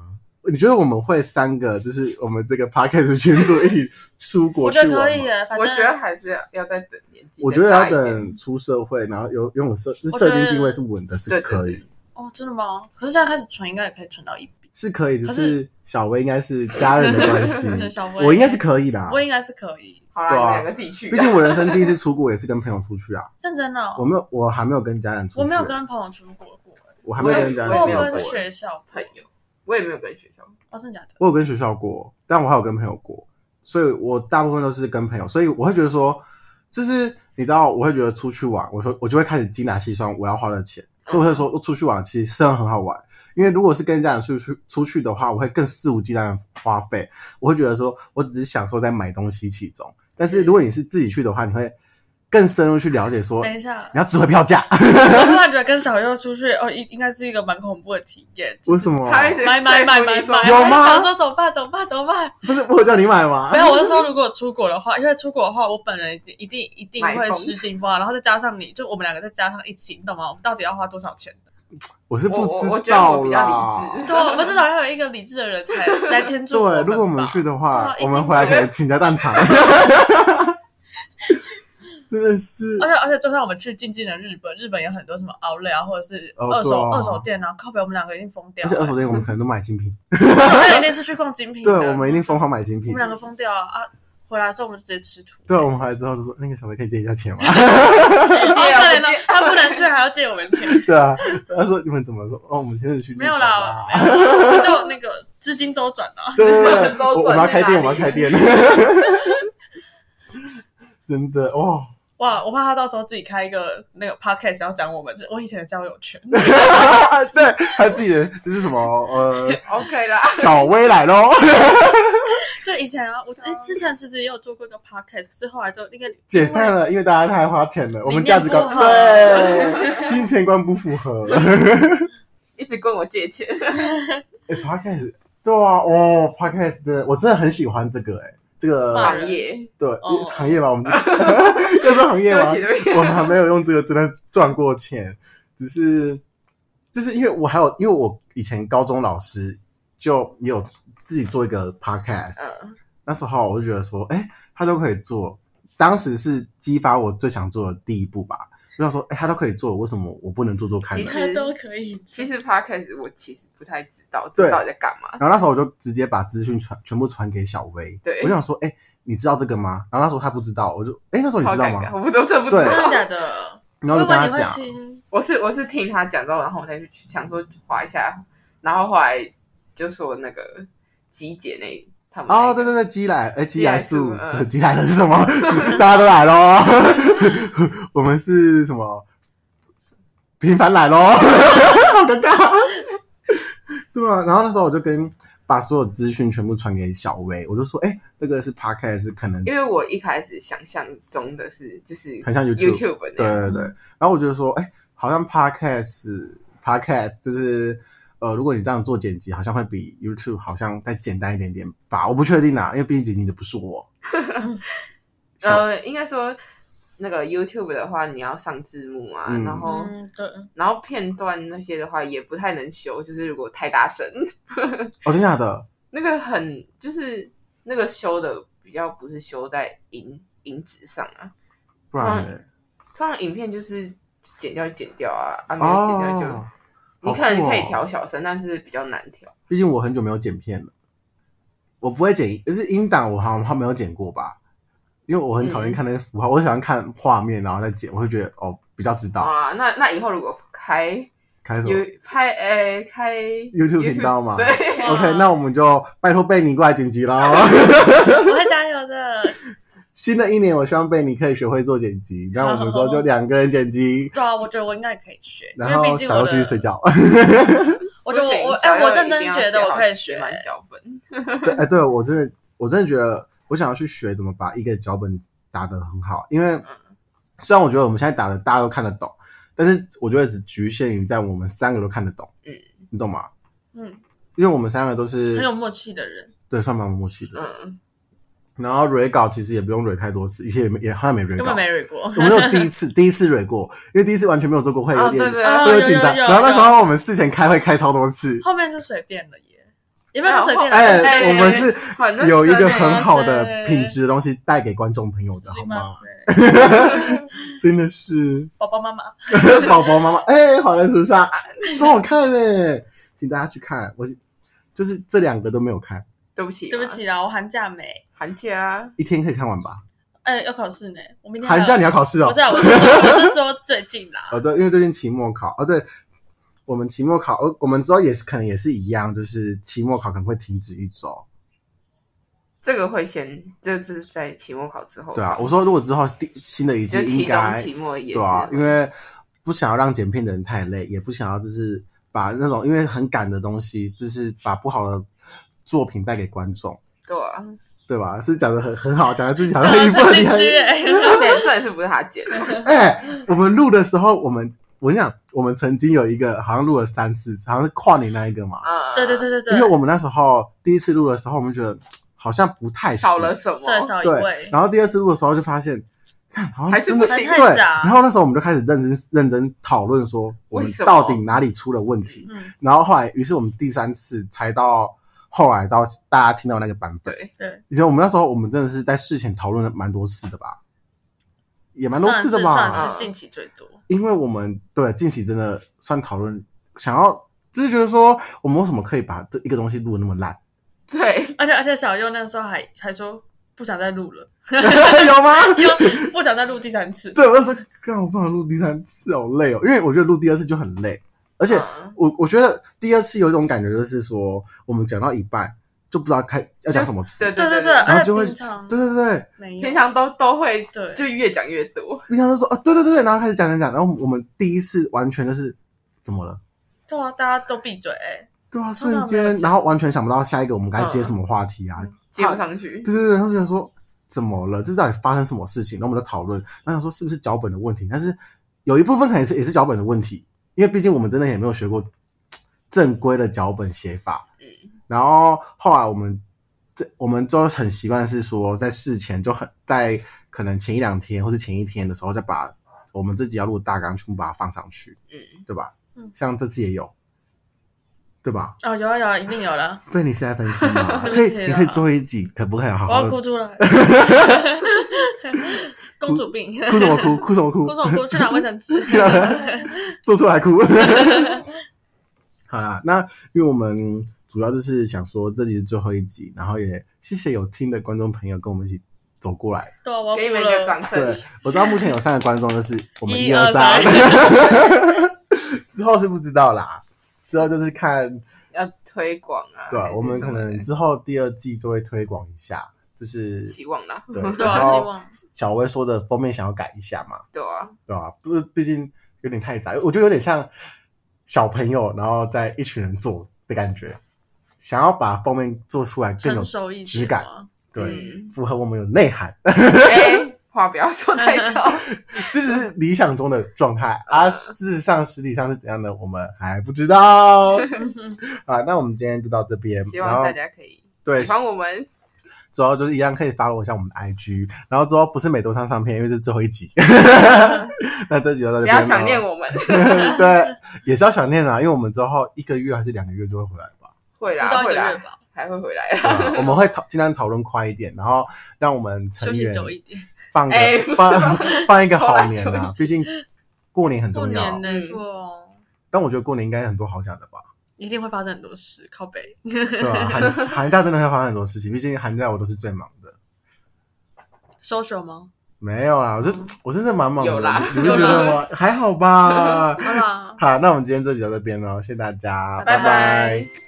[SPEAKER 1] 你觉得我们会三个，就是我们这个 podcast 群组一起出国
[SPEAKER 4] 我
[SPEAKER 1] 去
[SPEAKER 4] 觉
[SPEAKER 1] 玩
[SPEAKER 4] 得
[SPEAKER 1] 吗？
[SPEAKER 4] 可以啊耶，反
[SPEAKER 2] 我
[SPEAKER 4] 正
[SPEAKER 2] 觉得还是要要再等年纪，
[SPEAKER 1] 我觉得
[SPEAKER 2] 再
[SPEAKER 1] 要
[SPEAKER 2] 大一点
[SPEAKER 1] 等出社会，然后有拥有社
[SPEAKER 4] 觉
[SPEAKER 1] 社
[SPEAKER 4] 得
[SPEAKER 1] 经地位是稳的，是
[SPEAKER 2] 对对
[SPEAKER 1] 可以
[SPEAKER 2] 对。
[SPEAKER 4] 哦，真的吗？可是现在开始存，应该也可以存到一笔。
[SPEAKER 1] 是可以，只
[SPEAKER 4] 可
[SPEAKER 1] 是小薇应该是家人的关
[SPEAKER 4] 对，
[SPEAKER 1] 系，
[SPEAKER 4] 小薇，
[SPEAKER 1] 我应该是可以啦
[SPEAKER 4] 我。应该是可以。
[SPEAKER 2] 好
[SPEAKER 1] 对
[SPEAKER 2] 啦，
[SPEAKER 1] 啊
[SPEAKER 2] 你们两个自己去
[SPEAKER 1] 毕。竟我人生第一次出国也是跟朋友出去啊，
[SPEAKER 4] 认真的哦，
[SPEAKER 1] 我没有，我还没有跟家人出去，
[SPEAKER 4] 我没有，跟朋友出国过，
[SPEAKER 1] 我还没有跟家
[SPEAKER 2] 我
[SPEAKER 1] 人
[SPEAKER 2] 也
[SPEAKER 1] 出
[SPEAKER 4] 我
[SPEAKER 1] 去
[SPEAKER 4] 有
[SPEAKER 1] 过
[SPEAKER 4] 跟
[SPEAKER 2] 过
[SPEAKER 4] 学校
[SPEAKER 2] 朋友，我也没有跟学校，
[SPEAKER 4] 哦，真的假的？
[SPEAKER 1] 我有跟学校过，但我还有跟朋友过，所以我大部分都是跟朋友，所以我会觉得说，就是你知道，我会觉得出去玩，我说我就会开始精打细算，我要花的钱，所以我会说，出去玩其实真的很好玩，因为如果是跟家人出去出去的话，我会更肆无忌惮的花费，我会觉得说我只是享受在买东西其中，但是如果你是自己去的话，你会更深入去了解说，
[SPEAKER 4] 等
[SPEAKER 1] 你
[SPEAKER 4] 一下，
[SPEAKER 1] 要指挥票价，
[SPEAKER 4] 我突然觉得跟小右出去哦，应应该是一个蛮恐怖的体验。
[SPEAKER 1] 为什么？
[SPEAKER 2] 他一直
[SPEAKER 4] 买买买
[SPEAKER 2] 说服
[SPEAKER 4] 买
[SPEAKER 2] 你说
[SPEAKER 4] 买，
[SPEAKER 1] 有吗啊
[SPEAKER 4] 我想说怎么办？怎么办？怎么办？
[SPEAKER 1] 不是我有叫你买吗
[SPEAKER 4] 没？有，我是说如果出国的话，因为出国的话，我本人一定一定一定
[SPEAKER 2] 买
[SPEAKER 4] 会
[SPEAKER 2] 疯
[SPEAKER 4] 失心疯啊，然后再加上你就我们两个再加上一起，你懂吗？我们到底要花多少钱？
[SPEAKER 1] 我是
[SPEAKER 2] 我
[SPEAKER 1] 不
[SPEAKER 2] 我我
[SPEAKER 1] 知
[SPEAKER 2] 觉得
[SPEAKER 1] 道
[SPEAKER 2] 我比较
[SPEAKER 1] 啦。
[SPEAKER 2] 理智，
[SPEAKER 4] 对，我们至少要有一个理智的 人才来牵住我
[SPEAKER 1] 对，
[SPEAKER 4] 们吧。
[SPEAKER 1] 如果我们去的话，
[SPEAKER 4] 对啊
[SPEAKER 1] 我们回来可以倾家 荡产。 真的是
[SPEAKER 4] 而且而且，就算我们去静静的日本，日本有很多什么 Outlet 啊，或者是
[SPEAKER 1] 哦
[SPEAKER 4] 二手、
[SPEAKER 1] 对啊
[SPEAKER 4] 二手店啊，靠北我们两个一定疯掉、
[SPEAKER 1] 而且二手店我们可能都买精品，
[SPEAKER 4] 二手店一定是去逛精品的。
[SPEAKER 1] 对，啊我们一定疯狂买精
[SPEAKER 4] 我
[SPEAKER 1] 品
[SPEAKER 4] 们。两个疯掉啊！啊，回来之后我们就直接吃土。
[SPEAKER 1] 对，啊我们回来之后就说那个小妹可以借一下钱吗？
[SPEAKER 4] 好可
[SPEAKER 2] 啊
[SPEAKER 4] 怜
[SPEAKER 2] 不
[SPEAKER 4] 哦，他不能去还要借我们钱。
[SPEAKER 1] 对啊，他说你们怎么说？哦，我们现在去日
[SPEAKER 4] 没
[SPEAKER 1] 本
[SPEAKER 4] 有啦
[SPEAKER 1] 啊，
[SPEAKER 4] 没有啦，就那个资金周转啊。
[SPEAKER 1] 对对对
[SPEAKER 2] 周
[SPEAKER 1] 对，
[SPEAKER 2] 转
[SPEAKER 1] 我我们要开店，
[SPEAKER 2] 在哪
[SPEAKER 1] 我们
[SPEAKER 2] 里
[SPEAKER 1] 要开店。 真的 哦，
[SPEAKER 4] 哇，我怕他到时候自己开一个那个 podcast 要讲我们，这我以前的交友圈。
[SPEAKER 1] 对，他自己的这是什么呃
[SPEAKER 2] OK 啦，
[SPEAKER 1] 小薇来喽，
[SPEAKER 4] 就以前啊，我之之前其实也有做过一个 podcast，可是后来就那个
[SPEAKER 1] 解散了，因为大家太花钱了，我们
[SPEAKER 4] 理念
[SPEAKER 1] 价值观
[SPEAKER 4] 不合
[SPEAKER 1] 对金钱观不符合。
[SPEAKER 2] 一直跟我借钱，
[SPEAKER 1] 哎、p o d c a s t 对啊，哦，Podcast 的，我真的很喜欢这个、哎，这
[SPEAKER 4] 骂人
[SPEAKER 1] 个
[SPEAKER 2] 行业，
[SPEAKER 1] 对、
[SPEAKER 4] 哦
[SPEAKER 1] 行业吧，我们 要说行业
[SPEAKER 2] 对
[SPEAKER 1] 吗
[SPEAKER 2] 不？起，对不起，
[SPEAKER 1] 我们还没有用这个真的赚过钱，只是就是因为我还有，因为我以前高中老师就也有自己做一个 Podcast，、
[SPEAKER 2] 嗯，
[SPEAKER 1] 那时候我就觉得说，哎、他都可以做，当时是激发我最想做的第一步吧。我想说，哎、他都可以做，为什么我不能做做看
[SPEAKER 2] 其
[SPEAKER 1] 呢
[SPEAKER 2] 实？
[SPEAKER 4] 他都可以。
[SPEAKER 2] 其实 podcast 我其实不太知道
[SPEAKER 1] 对
[SPEAKER 2] 这到底在干嘛。
[SPEAKER 1] 然后那时候我就直接把资讯传全部传给小薇，
[SPEAKER 2] 对
[SPEAKER 1] 我想说，哎、你知道这个吗？然后那时候他不知道，我就，哎、那时候你
[SPEAKER 2] 超
[SPEAKER 1] 知道
[SPEAKER 2] 尴尬，
[SPEAKER 1] 吗？
[SPEAKER 2] 我不知道，我真的不知
[SPEAKER 1] 对
[SPEAKER 4] 真的
[SPEAKER 2] 道。
[SPEAKER 4] 假的？
[SPEAKER 1] 然后我就跟
[SPEAKER 4] 我以为
[SPEAKER 1] 他
[SPEAKER 4] 你会
[SPEAKER 1] 讲，
[SPEAKER 4] 听，
[SPEAKER 2] 我是我是听他讲之后，然后我再去想说划一下，然后后来就说那个集姐那他们
[SPEAKER 1] 哦，对
[SPEAKER 2] 对
[SPEAKER 1] 对对，鸡来，哎，鸡来素，
[SPEAKER 2] 鸡来素
[SPEAKER 1] 对
[SPEAKER 2] 嗯
[SPEAKER 1] 鸡来了是什么？ 大家都来喽， 我们是什么？频繁来喽， 好尴尬。对啊，然后那时候我就跟把所有资讯全部传给小薇，我就说，哎，这个是 podcast，可能
[SPEAKER 2] 因为我一开始想象中的是就是
[SPEAKER 1] 很像 YouTube
[SPEAKER 2] YouTube 那
[SPEAKER 1] 对
[SPEAKER 2] 样
[SPEAKER 1] 对对。然后我就说，哎、好像 podcast podcast 就是呃，如果你这样做剪辑，好像会比 YouTube 好像再简单一点点吧。我不确定啊，因为毕竟剪辑的不是我。小
[SPEAKER 2] 呃，应该说那个 YouTube 的话，你要上字幕啊，
[SPEAKER 1] 嗯
[SPEAKER 2] 然后
[SPEAKER 4] 嗯，对，
[SPEAKER 2] 然后片段那些的话也不太能修，就是如果太大声，
[SPEAKER 1] 哦，真的假的？
[SPEAKER 2] 那个很就是那个修的比较不是修在音音质上啊，
[SPEAKER 1] 不然呢？
[SPEAKER 2] 通常影片就是剪掉就剪掉啊，啊没有剪掉就、
[SPEAKER 1] 哦，
[SPEAKER 2] 你可
[SPEAKER 1] 好
[SPEAKER 2] 能
[SPEAKER 1] 酷哦
[SPEAKER 2] 可以调小声，但是比较难调。
[SPEAKER 1] 毕竟我很久没有剪片了，我不会剪，就是音档我好像没有剪过吧。因为我很讨
[SPEAKER 2] 嗯
[SPEAKER 1] 厌看那些符号，我喜欢看画面，然后再剪，我会觉得哦比较知道。
[SPEAKER 2] 啊，那那以后如果开
[SPEAKER 1] 开始
[SPEAKER 2] 有 拍诶、开
[SPEAKER 1] YouTube 频道嘛
[SPEAKER 2] YouTube- 对，
[SPEAKER 1] OK，那我们就拜托贝尼过来剪辑 喽。
[SPEAKER 4] 我会加油的。
[SPEAKER 1] 新的一年，我希望贝你可以学会做剪辑，那我们之后就两个人剪辑，
[SPEAKER 4] 对啊，我觉得我应该也可以学，因
[SPEAKER 1] 然
[SPEAKER 4] 为
[SPEAKER 1] 后
[SPEAKER 4] 毕竟
[SPEAKER 1] 小
[SPEAKER 4] 我
[SPEAKER 1] 优继续
[SPEAKER 4] 的，
[SPEAKER 1] 睡觉。
[SPEAKER 4] 我觉得我
[SPEAKER 2] 不
[SPEAKER 4] 我
[SPEAKER 2] 行
[SPEAKER 4] 哎，
[SPEAKER 2] 小友
[SPEAKER 4] 我认真
[SPEAKER 2] 一定要
[SPEAKER 4] 觉得
[SPEAKER 2] 写
[SPEAKER 4] 我
[SPEAKER 2] 好
[SPEAKER 4] 可以
[SPEAKER 2] 写
[SPEAKER 4] 学，
[SPEAKER 2] 满脚 本。
[SPEAKER 1] 对，哎，对我真的，我真的觉得，我想要去学怎么把一个脚本打得很好，因
[SPEAKER 4] 嗯
[SPEAKER 1] 为虽然我觉得我们现在打的大家都看得懂，但是我觉得只局限于在我们三个都看得懂，
[SPEAKER 2] 嗯，
[SPEAKER 1] 你懂吗？
[SPEAKER 4] 嗯，
[SPEAKER 1] 因为我们三个都是
[SPEAKER 4] 很有默契的人，
[SPEAKER 1] 对算蛮有默契的，
[SPEAKER 2] 嗯，
[SPEAKER 1] 然后蕊稿其实也不用蕊太多次，一些也没也好像没蕊
[SPEAKER 4] 根
[SPEAKER 1] 稿
[SPEAKER 4] 本，没蕊过。
[SPEAKER 1] 我们就第一次第一次蕊过，因为第一次完全没有做过，会有
[SPEAKER 2] 哦
[SPEAKER 1] 点
[SPEAKER 2] 对对，
[SPEAKER 4] 啊
[SPEAKER 1] 会
[SPEAKER 4] 有
[SPEAKER 1] 有紧张。
[SPEAKER 4] 有有
[SPEAKER 1] 然后那时
[SPEAKER 4] 有
[SPEAKER 1] 候我们事前开会开超多次，
[SPEAKER 4] 后面就随便了耶，也没有说随便了，
[SPEAKER 1] 哎、
[SPEAKER 4] 但
[SPEAKER 2] 对
[SPEAKER 1] 我们
[SPEAKER 2] 对
[SPEAKER 1] 是
[SPEAKER 2] 很认真
[SPEAKER 1] 有一个
[SPEAKER 2] 欸
[SPEAKER 1] 很好的
[SPEAKER 4] 对
[SPEAKER 1] 品质的东西带给观众朋友的，好吗？
[SPEAKER 4] 塞
[SPEAKER 1] 真的是
[SPEAKER 4] 宝宝妈妈，
[SPEAKER 1] 宝宝妈妈，哎、好人属相，哎超好看哎、请大家去看。我就是这两个都没有看，
[SPEAKER 2] 对不起，啊
[SPEAKER 4] 对不，起啦，我寒假没，
[SPEAKER 2] 寒假啊
[SPEAKER 1] 一天可以看完吧？
[SPEAKER 4] 哎，要考试呢，我明天还
[SPEAKER 1] 寒
[SPEAKER 4] 有
[SPEAKER 1] 假你要考试哦
[SPEAKER 4] 不是、。啊，我是说我是说最近啦，
[SPEAKER 1] 哦，对，因为最近期末考，哦，对，我们期末考，哦，我们之后也是可能也是一样，就是期末考可能会停止一周。
[SPEAKER 2] 这个会先，这是在期末考之后。
[SPEAKER 1] 对啊，我说如果之后第新的一季
[SPEAKER 2] 就期
[SPEAKER 1] 应
[SPEAKER 2] 中、
[SPEAKER 1] 该
[SPEAKER 2] 期末也是
[SPEAKER 1] 对啊，因为不想要让剪片的人太累，也不想要就是把那种因为很赶的东西，就是把不好的作品带给观众，
[SPEAKER 2] 对啊，
[SPEAKER 1] 对吧？是讲的很很好，讲的自己好像 一
[SPEAKER 4] 我
[SPEAKER 1] 副很
[SPEAKER 4] 心
[SPEAKER 1] 厉害
[SPEAKER 4] 虚哎，
[SPEAKER 2] 重点重点是不是他剪的？
[SPEAKER 1] 哎、我们录的时候，我们我跟你讲，我们曾经有一个好像录了三次，好像是跨年那一个嘛，
[SPEAKER 2] 啊，
[SPEAKER 4] 对对，对对
[SPEAKER 1] 因
[SPEAKER 4] 对
[SPEAKER 1] 为，我们那时候第一次录的时候，我们觉得好像不太行
[SPEAKER 2] 少了什么？
[SPEAKER 4] 对少一
[SPEAKER 1] 对
[SPEAKER 4] 位，，
[SPEAKER 1] 然后第二次录的时候就发现，看好像
[SPEAKER 2] 还是
[SPEAKER 1] 真的
[SPEAKER 2] 不行
[SPEAKER 1] 对。
[SPEAKER 4] 太假
[SPEAKER 1] 然后那时候我们就开始认真认真讨论说，我们
[SPEAKER 2] 为什么
[SPEAKER 1] 到底哪里出了问题。
[SPEAKER 4] 嗯
[SPEAKER 1] 然后后来，于是我们第三次才到后来到大家听到那个版本。
[SPEAKER 2] 对，
[SPEAKER 4] 对，
[SPEAKER 1] 以前我们那时候我们真的是在事前讨论了蛮多次的吧，也蛮多次啊的
[SPEAKER 4] 算是
[SPEAKER 1] 吧，
[SPEAKER 4] 算
[SPEAKER 2] 啊
[SPEAKER 4] 是近期最多，
[SPEAKER 1] 因为我们对近期真的算讨论，想要就是觉得说，我们为什么可以把这一个东西录的那么烂？
[SPEAKER 2] 对，
[SPEAKER 4] 而且而且小右那时候还还说不想再录了，
[SPEAKER 1] 有吗？
[SPEAKER 4] 因为不想再录第三次，
[SPEAKER 1] 对，我就说，干，我不想录第三次，好累哦，因为我觉得录第二次就很累，而且
[SPEAKER 2] 嗯
[SPEAKER 1] 我我觉得第二次有一种感觉，就是说我们讲到一半就不知道开要讲什么词
[SPEAKER 2] 对，
[SPEAKER 4] 对
[SPEAKER 2] 对
[SPEAKER 4] 对，
[SPEAKER 1] 然后
[SPEAKER 4] 而且
[SPEAKER 1] 就会，
[SPEAKER 4] 平
[SPEAKER 1] 对
[SPEAKER 4] 常
[SPEAKER 1] 对对，
[SPEAKER 4] 没有
[SPEAKER 2] 平，常都都会
[SPEAKER 4] 对，
[SPEAKER 2] 就越讲越多，
[SPEAKER 1] 平常就说啊，对对对，对然后开始讲讲讲，然后我们第一次完全就是怎么了？
[SPEAKER 4] 对啊，大家都闭嘴、欸，
[SPEAKER 1] 对啊，
[SPEAKER 4] 通常
[SPEAKER 1] 瞬
[SPEAKER 4] 没有
[SPEAKER 1] 间，
[SPEAKER 4] 讲嗯
[SPEAKER 1] 然后完全想不到下一个我们该接什么话题啊！
[SPEAKER 2] 接不上去。
[SPEAKER 1] 对对对，然后就觉得说怎么了？这到底发生什么事情？然后我们就讨论，然后想说是不是脚本的问题？但是有一部分可能是也是脚本的问题，因为毕竟我们真的也没有学过正规的脚本写法。嗯，然后后来我们这我们就很习惯是说在事前就很在可能前一两天或是前一天的时候再把我们自己要录的大纲全部把它放上去，
[SPEAKER 2] 嗯，
[SPEAKER 1] 对吧？
[SPEAKER 4] 嗯
[SPEAKER 1] 像这次也有。对吧？
[SPEAKER 4] 哦，有啊有啊，一定有了，
[SPEAKER 1] 被你现在分析嘛，啊
[SPEAKER 4] 对不
[SPEAKER 1] 可以
[SPEAKER 4] 起
[SPEAKER 1] 你
[SPEAKER 4] 啦
[SPEAKER 1] 可以做一集，可不可以好
[SPEAKER 4] 我要
[SPEAKER 1] 好
[SPEAKER 4] 哭出来， 公主病，
[SPEAKER 1] 哭什么哭？哭什么哭
[SPEAKER 4] 哭？什么哭？去拿卫生纸。
[SPEAKER 1] 做出来哭。 好啦，那因为我们主要就是想说这集是最后一集，然后也谢谢有听的观众朋友跟我们一起走过来。
[SPEAKER 4] 对啊，我
[SPEAKER 2] 给你
[SPEAKER 4] 要哭
[SPEAKER 2] 们一个
[SPEAKER 4] 了。
[SPEAKER 2] 掌声。
[SPEAKER 1] 对，我知道目前有三个观众，就是我们
[SPEAKER 4] 一
[SPEAKER 1] 二
[SPEAKER 4] 二
[SPEAKER 1] 三
[SPEAKER 4] 三，
[SPEAKER 1] 之后是不知道啦。之后就是看，
[SPEAKER 2] 要推广啊，
[SPEAKER 1] 对
[SPEAKER 2] 还，是
[SPEAKER 1] 我们
[SPEAKER 2] 什
[SPEAKER 1] 可
[SPEAKER 2] 么的
[SPEAKER 1] 能之后第二季就会推广一下，就是
[SPEAKER 2] 希望啦，
[SPEAKER 1] 对，
[SPEAKER 4] 对啊，
[SPEAKER 1] 然
[SPEAKER 4] 希
[SPEAKER 1] 后
[SPEAKER 4] 望
[SPEAKER 1] 小薇说的封面想要改一下嘛，
[SPEAKER 2] 对啊，
[SPEAKER 1] 对吧、不，毕竟有点太杂，我觉得有点像小朋友，然后在一群人做的感觉，想要把封面做出来更有
[SPEAKER 4] 成熟一点，
[SPEAKER 1] 质感。对，
[SPEAKER 2] 嗯
[SPEAKER 1] 符合我们有内 涵，
[SPEAKER 2] 哎，话不要说 太早，
[SPEAKER 1] 这只是理想中的状态
[SPEAKER 2] 嗯
[SPEAKER 1] 啊，事实上实体上是怎样的，我们还不知 道啊。那我们今天就到这边，
[SPEAKER 2] 希
[SPEAKER 1] 然
[SPEAKER 2] 望
[SPEAKER 1] 后
[SPEAKER 2] 大家可以
[SPEAKER 1] 对
[SPEAKER 2] 喜欢我们，
[SPEAKER 1] 之后就是一样可以 follow 一下我们的 IG，然后之后不是每周上上片，因为是最后一 集， 那这集就到这
[SPEAKER 2] 不
[SPEAKER 1] 边
[SPEAKER 2] 要
[SPEAKER 1] 了。
[SPEAKER 2] 想念我们，
[SPEAKER 1] 对，也是要想念啊啦，因为我们之后一个月还是两个月就会回来吧。
[SPEAKER 2] 会
[SPEAKER 4] 不
[SPEAKER 2] 啦
[SPEAKER 4] 到
[SPEAKER 2] 啊
[SPEAKER 4] 一
[SPEAKER 2] 会
[SPEAKER 4] 个月
[SPEAKER 2] 啦，
[SPEAKER 4] 吧，
[SPEAKER 2] 还会回来。
[SPEAKER 1] 对 啊我们会讨尽量讨论快一点，然后让我们成
[SPEAKER 4] 休息
[SPEAKER 1] 员
[SPEAKER 4] 久一点。
[SPEAKER 1] 放个、
[SPEAKER 2] 哎不是
[SPEAKER 1] 放 放一个好年
[SPEAKER 2] 后来
[SPEAKER 1] 啊，毕竟过年很
[SPEAKER 4] 过
[SPEAKER 1] 重要。
[SPEAKER 4] 年呢，
[SPEAKER 2] 嗯
[SPEAKER 4] 对哦，
[SPEAKER 1] 但我觉得过年应该很多好讲的 吧，
[SPEAKER 4] 一定会发生很多事，靠北。
[SPEAKER 1] 对吧、寒寒假真的会发生很多事情，毕竟寒假我都是最忙的。
[SPEAKER 4] social 吗？
[SPEAKER 1] 没有啦，我是、
[SPEAKER 4] 嗯
[SPEAKER 1] 我真的蛮忙的，
[SPEAKER 2] 有啦
[SPEAKER 1] 你们觉得吗？还好吧。
[SPEAKER 4] 好啦。
[SPEAKER 1] 好，那我们今天这集就到这边喽，谢谢大家，
[SPEAKER 4] 拜拜
[SPEAKER 1] 拜